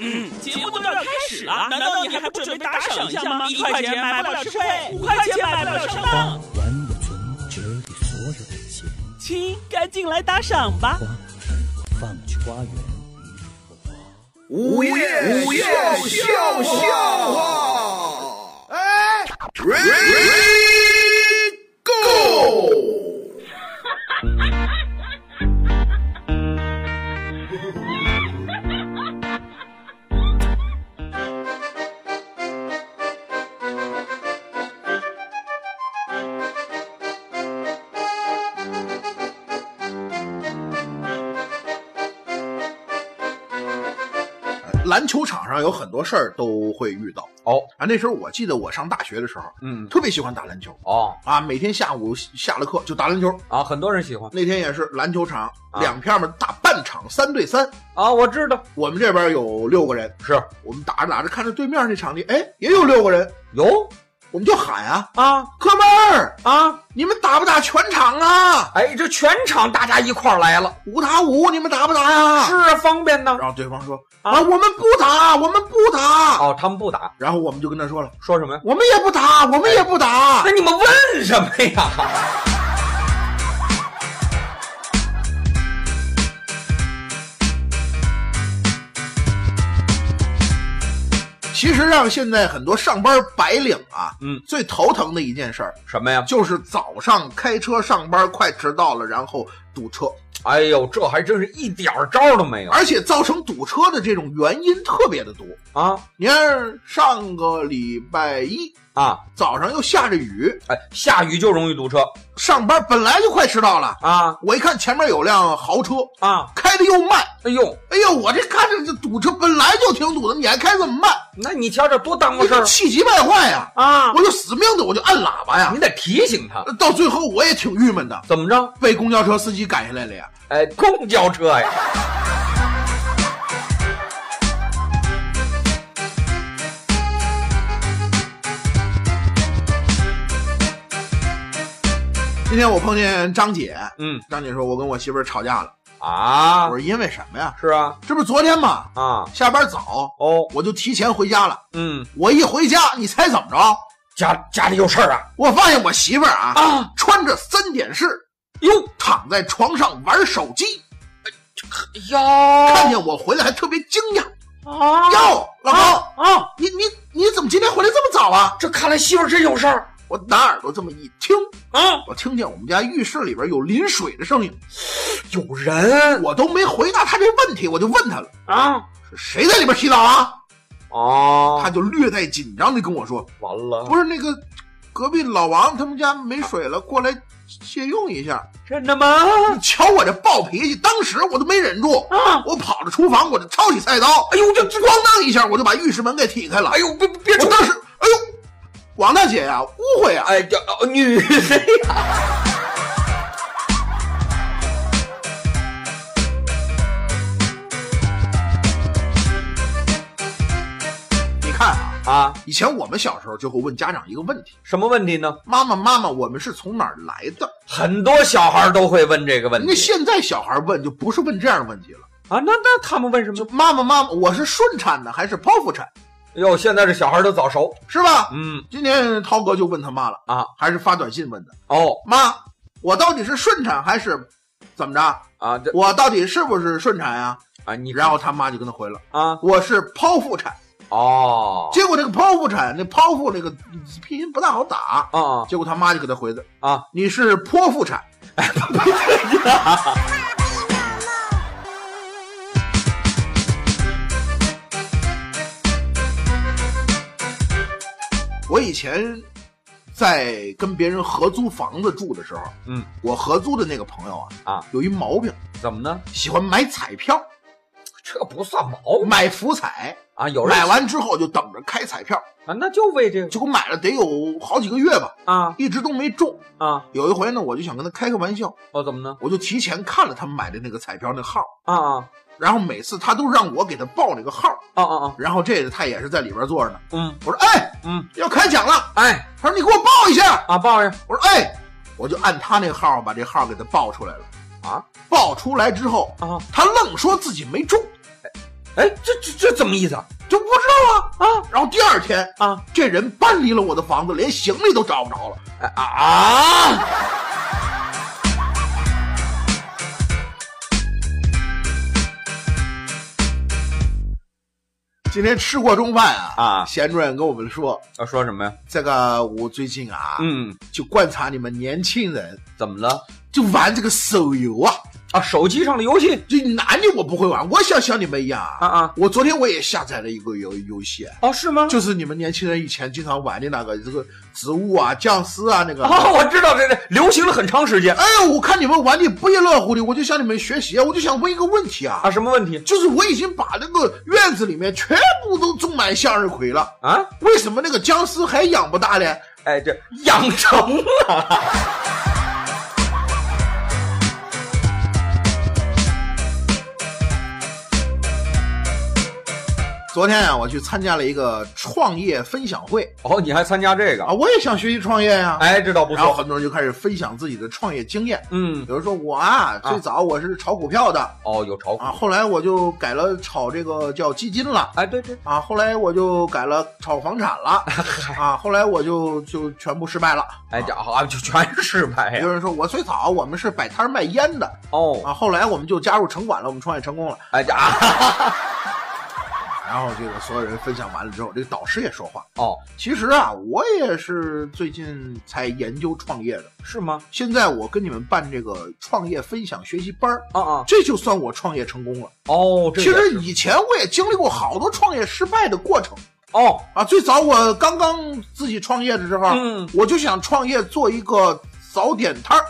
嗯，节目都要开始了，难道你还不准备打赏一下吗？一块钱买不了吃亏，五块钱买不了上当。完我存折里所有的钱，亲，赶紧来打赏吧！花儿放去花园与我花。午夜午夜笑笑话，哎，Ready Go！篮球场上有很多事儿都会遇到哦啊。那时候我记得我上大学的时候，嗯，特别喜欢打篮球哦啊，每天下午下了课就打篮球。啊，很多人喜欢那天也是篮球场，啊两片嘛打半场三对三，啊，我知道我们这边有六个人，是我们打着打着看着对面那场地，哎，也有六个人，有我们就喊啊，啊哥们儿，啊，你们打不打全场啊？哎，这全场大家一块儿来了，五打五，你们打不打呀？是啊，方便呢。然后对方说啊啊，我们不打，我们不打。哦，他们不打，然后我们就跟他说了，说什么呀？我们也不打，我们也不打那。你们问什么呀？ 其实让现在很多上班白领啊，嗯，最头疼的一件事儿什么呀？就是早上开车上班快迟到了，然后堵车，哎呦，这还真是一点儿招都没有而且造成堵车的这种原因特别的多。啊你看上个礼拜一啊！早上又下着雨，哎，下雨就容易堵车上班本来就快迟到了，啊我一看前面有辆豪车，啊！开的又慢，哎呦，哎呀，我这看着这堵车本来就挺堵的，你还开这么慢，那你瞧这多耽误我事儿就气急败坏呀、啊！嗯我就死命的我就按喇叭呀你，得提醒他，到最后我也挺郁闷的，怎么着？被公交车司机赶下来了呀。哎，公交车呀，今天我碰见张姐，嗯张姐说我跟我媳妇儿吵架了，啊我，说因为什么呀？是啊这不是昨天吗？啊下班早，哦，我就提前回家了。嗯，我一回家，你猜怎么着？家家里有事儿啊我发现我媳妇儿啊，啊！穿着三点式，哟躺在床上玩手机，看哟见我回来还特别惊讶。啊哟，老公，啊！你你你怎么今天回来这么早啊？这看来媳妇儿真有事儿我拿耳朵这么一听，啊，我听见我们家浴室里边有淋水的声音，有人我都没回答他这问题，我就问他了，啊是谁在里边洗澡啊？哦他，就略带紧张的跟我说，完了，不是那个隔壁老王他们家没水了，过来借用一下。真的吗？你瞧我这暴脾气，当时我都没忍住，啊，我跑到厨房，我就抄起菜刀，哎呦这这咣当一下，我就把浴室门给踢开了。哎呦别别我别当时，哎呦，王大姐呀、误会啊！哎呀哦女的呀，你看啊，啊，以前我们小时候就会问家长一个问题：什么问题呢？妈妈，妈妈，我们是从哪儿来的？很多小孩都会问这个问人家题现在小孩问就不是问这样的问题了，啊，那那他们问什就么？妈妈，妈妈，我是顺产呢还是剖腹产，哟，现在这小孩都早熟，是吧？嗯今天涛哥就问他妈了啊，还是发短信问的，哦妈，我到底是顺产还是怎么着？啊这我到底是不是顺产呀、啊你然后他妈就跟他回了，啊我是剖腹产。哦结果这个剖腹产，那剖腹那个拼音不大好打，啊结果他妈就给他回的啊，你是剖腹产。我以前在跟别人合租房子住的时候，嗯，我合租的那个朋友啊，啊，有一毛病，怎么呢？喜欢买彩票，这不算毛病买福彩，啊，有人买完之后就等着开彩票，啊，那就为这个结果买了得有好几个月吧，啊一直都没中。啊有一回呢，我就想跟他开个玩笑，哦怎么呢我就提前看了他买的那个彩票那号，啊啊然后每次他都让我给他报那个号，啊啊啊然后这个他也是在里边坐着呢。嗯我说：“哎，嗯要开奖了。哎”他说：“你给我报一下。啊抱着”我说：“哎。”我就按他那个号把这号给他报出来了啊。报出来之后，啊他愣说自己没中，哎，这这这怎么意思啊？就不知道啊啊！然后第二天啊，这人搬离了我的房子，连行李都找不着了。哎啊啊！今天吃过中饭啊啊贤主任跟我们说，要说什么呀？这个我最近啊，嗯，就观察你们年轻人，怎么了？就玩这个手游啊。啊，手机上的游戏这男的我不会玩，我想像你们一样啊啊！我昨天我也下载了一个游游戏，啊哦，是吗？就是你们年轻人以前经常玩的那个这个植物啊、僵尸啊 那个。哦，我知道这这流行了很长时间哎呦，我看你们玩的不亦乐乎的，我就向你们学习，啊我就想问一个问题啊，啊，什么问题就是我已经把那个院子里面全部都种满向日葵了，啊？为什么那个僵尸还养不大呢？哎，这养成了。昨天啊，我去参加了一个创业分享会哦，你还参加这个啊，？我也想学习创业呀、哎，这倒不然后错。很多人就开始分享自己的创业经验。嗯，比如说我啊，啊最早我是炒股票的哦，有炒股啊，。后来我就改了炒这个叫基金了哎，对对，啊，后来我就改了炒房产了啊，后来我就就全部失败了。哎，这啊，就全是失败哎呀有。人说我最早我们是摆摊卖烟的哦，啊，后来我们就加入城管了，我们创业成功了。哎这啊，然后这个所有人分享完了之后，这个导师也说话。哦，其实啊，我也是最近才研究创业的。是吗？现在我跟你们办这个创业分享学习班儿，啊啊，这就算我创业成功了。哦，这其个实以前我也经历过好多创业失败的过程哦，啊。最早我刚刚自己创业的时候，嗯我就想创业做一个早点摊儿，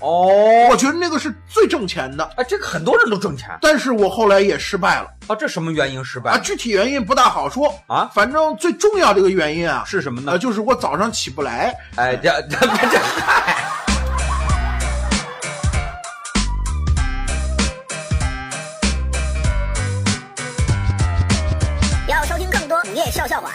哦，我觉得那个是最挣钱的。哎，这个很多人都挣钱但是我后来也失败了啊，这什么原因失啊，败具体原因不大好说啊反正最重要的一个原因啊，是什么呢呃，？就是我早上起不来。哎，这这这这，嗨，要收听更多午夜笑笑话，